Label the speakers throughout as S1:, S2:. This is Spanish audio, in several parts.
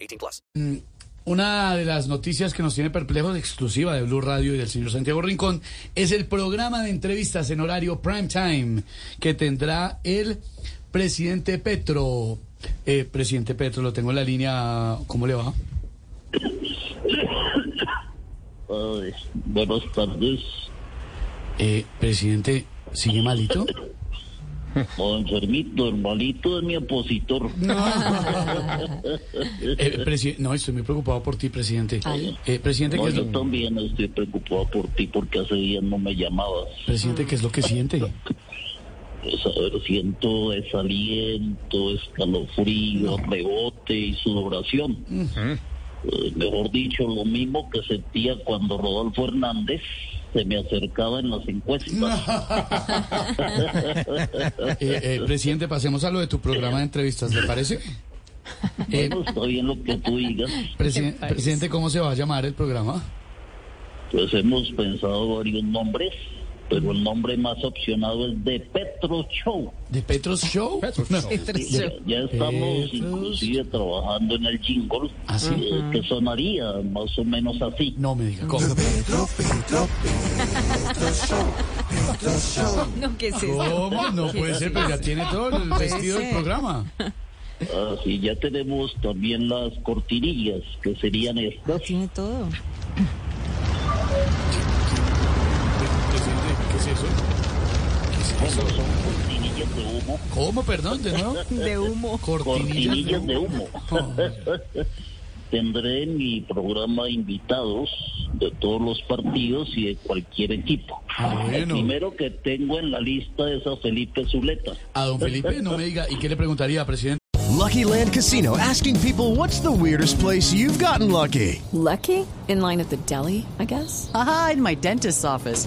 S1: 18 plus.
S2: Una de las noticias que nos tiene perplejos, exclusiva de Blue Radio y del señor Santiago Rincón, es el programa de entrevistas en horario prime time que tendrá el presidente Petro. Eh, presidente Petro, lo tengo en la línea. ¿Cómo le va?
S3: Ay, buenas tardes.
S2: Eh, presidente, ¿sigue malito?
S3: O enfermito, hermanito de mi opositor.
S2: Eh, presi- no, estoy muy preocupado por ti, presidente. Eh, presidente, ¿qué
S3: No,
S2: es
S3: yo
S2: lo,
S3: también estoy preocupado por ti porque hace días no me llamabas.
S2: presidente, ¿qué es lo que siente? Eh,
S3: Pues, a ver, siento desaliento, escalofrío, rebote y sudoración. Eh, mejor dicho, lo mismo que sentía cuando Rodolfo Hernández se me acercaba en las encuestas.
S2: Eh, eh, presidente, pasemos a lo de tu programa de entrevistas, ¿le parece? Eh,
S3: Bueno, está bien lo que tú digas.
S2: Presiden- presidente, ¿cómo se va a llamar el programa?
S3: Pues hemos pensado varios nombres, pero el nombre más opcionado es de Petro Show.
S2: ¿De Petros Show?
S3: Ya, ya estamos
S2: Petros.
S3: inclusive trabajando en el jingle,
S2: ¿Ah, sí?
S3: eh, que sonaría más o menos así.
S2: No me diga.
S4: No, ¿qué es eso?
S2: ¿Cómo? No puede ser, pero ya tiene todo el vestido del programa.
S3: Así ya tenemos también las cortinillas, que serían estas.
S4: Tiene todo.
S3: Bueno, son cortinillas de humo.
S2: ¿Cómo? Perdón, de nuevo.
S4: De humo.
S2: Cortinillas.
S3: Cortinillas de humo. Tendré en mi programa invitados de todos los partidos y de cualquier equipo.
S2: Ah,
S3: El
S2: bueno.
S3: primero que tengo en la lista es a Felipe Zuleta.
S2: A don Felipe, no me diga. ¿Y qué le preguntaría, presidente?
S5: Lucky Land Casino asking people what's the weirdest place you've gotten lucky?
S6: Lucky? In line at the deli, I guess?
S7: Aha, in my dentist's office.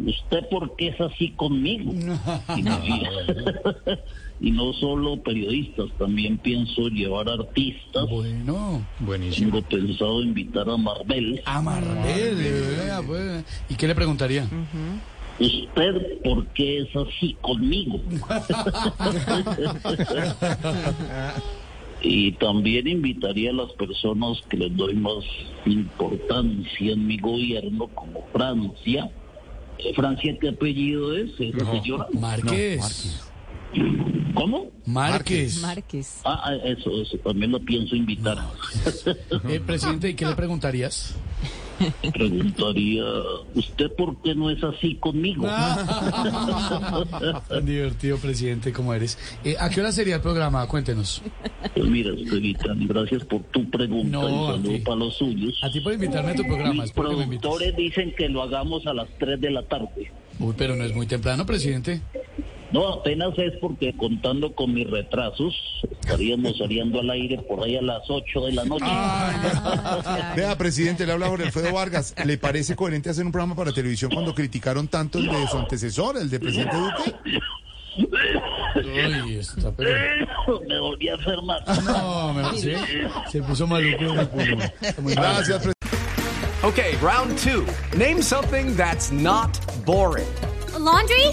S3: ¿usted por qué es así conmigo? Y, me- y no solo periodistas, también pienso llevar artistas.
S2: Bueno.
S3: Tengo pensado invitar a Marvel.
S2: A Marvel, vea, pues. ¿Y qué le preguntaría?
S3: ¿Usted por qué es así conmigo? y también invitaría a las personas que les doy más importancia en mi gobierno, como Francia. Eh, Francia, ¿qué apellido es? esa señora?
S2: Márquez.
S3: ¿Cómo?
S2: Márquez.
S6: Márquez.
S3: Ah, ah, eso, eso, también lo pienso invitar.
S2: Eh, presidente, ¿y qué le preguntarías?
S3: Preguntaría, ¿usted por qué no es así conmigo?
S2: Tan divertido, presidente, como eres. Eh, ¿A qué hora sería el programa? Cuéntenos.
S3: Pues mira, Estelita, gracias por tu pregunta
S2: No,
S3: y
S2: a
S3: saludo
S2: ti.
S3: para los suyos.
S2: A ti por invitarme a tu programa.
S3: Mis
S2: Espero que me invites.
S3: productores dicen que lo hagamos a las 3 de la tarde.
S2: Uy, pero no es muy temprano, presidente.
S3: No, apenas es porque contando con mis retrasos, estaríamos saliendo al aire por ahí a las 8 de la noche.
S8: Vea, presidente, le habla Jorge Alfredo Vargas. ¿Le parece coherente hacer un programa para televisión cuando criticaron tanto el de su antecesor, el de presidente Duque?
S2: Uy, está pero...
S3: Me volví a enfermar.
S2: No, me sí, Se puso maluco en el pulmón. Está muy mal.
S8: Gracias, presidente.
S9: Okay, round two. Name something that's not boring.
S10: laundry?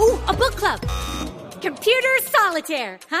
S10: Ooh, a book club. Computer solitaire, huh?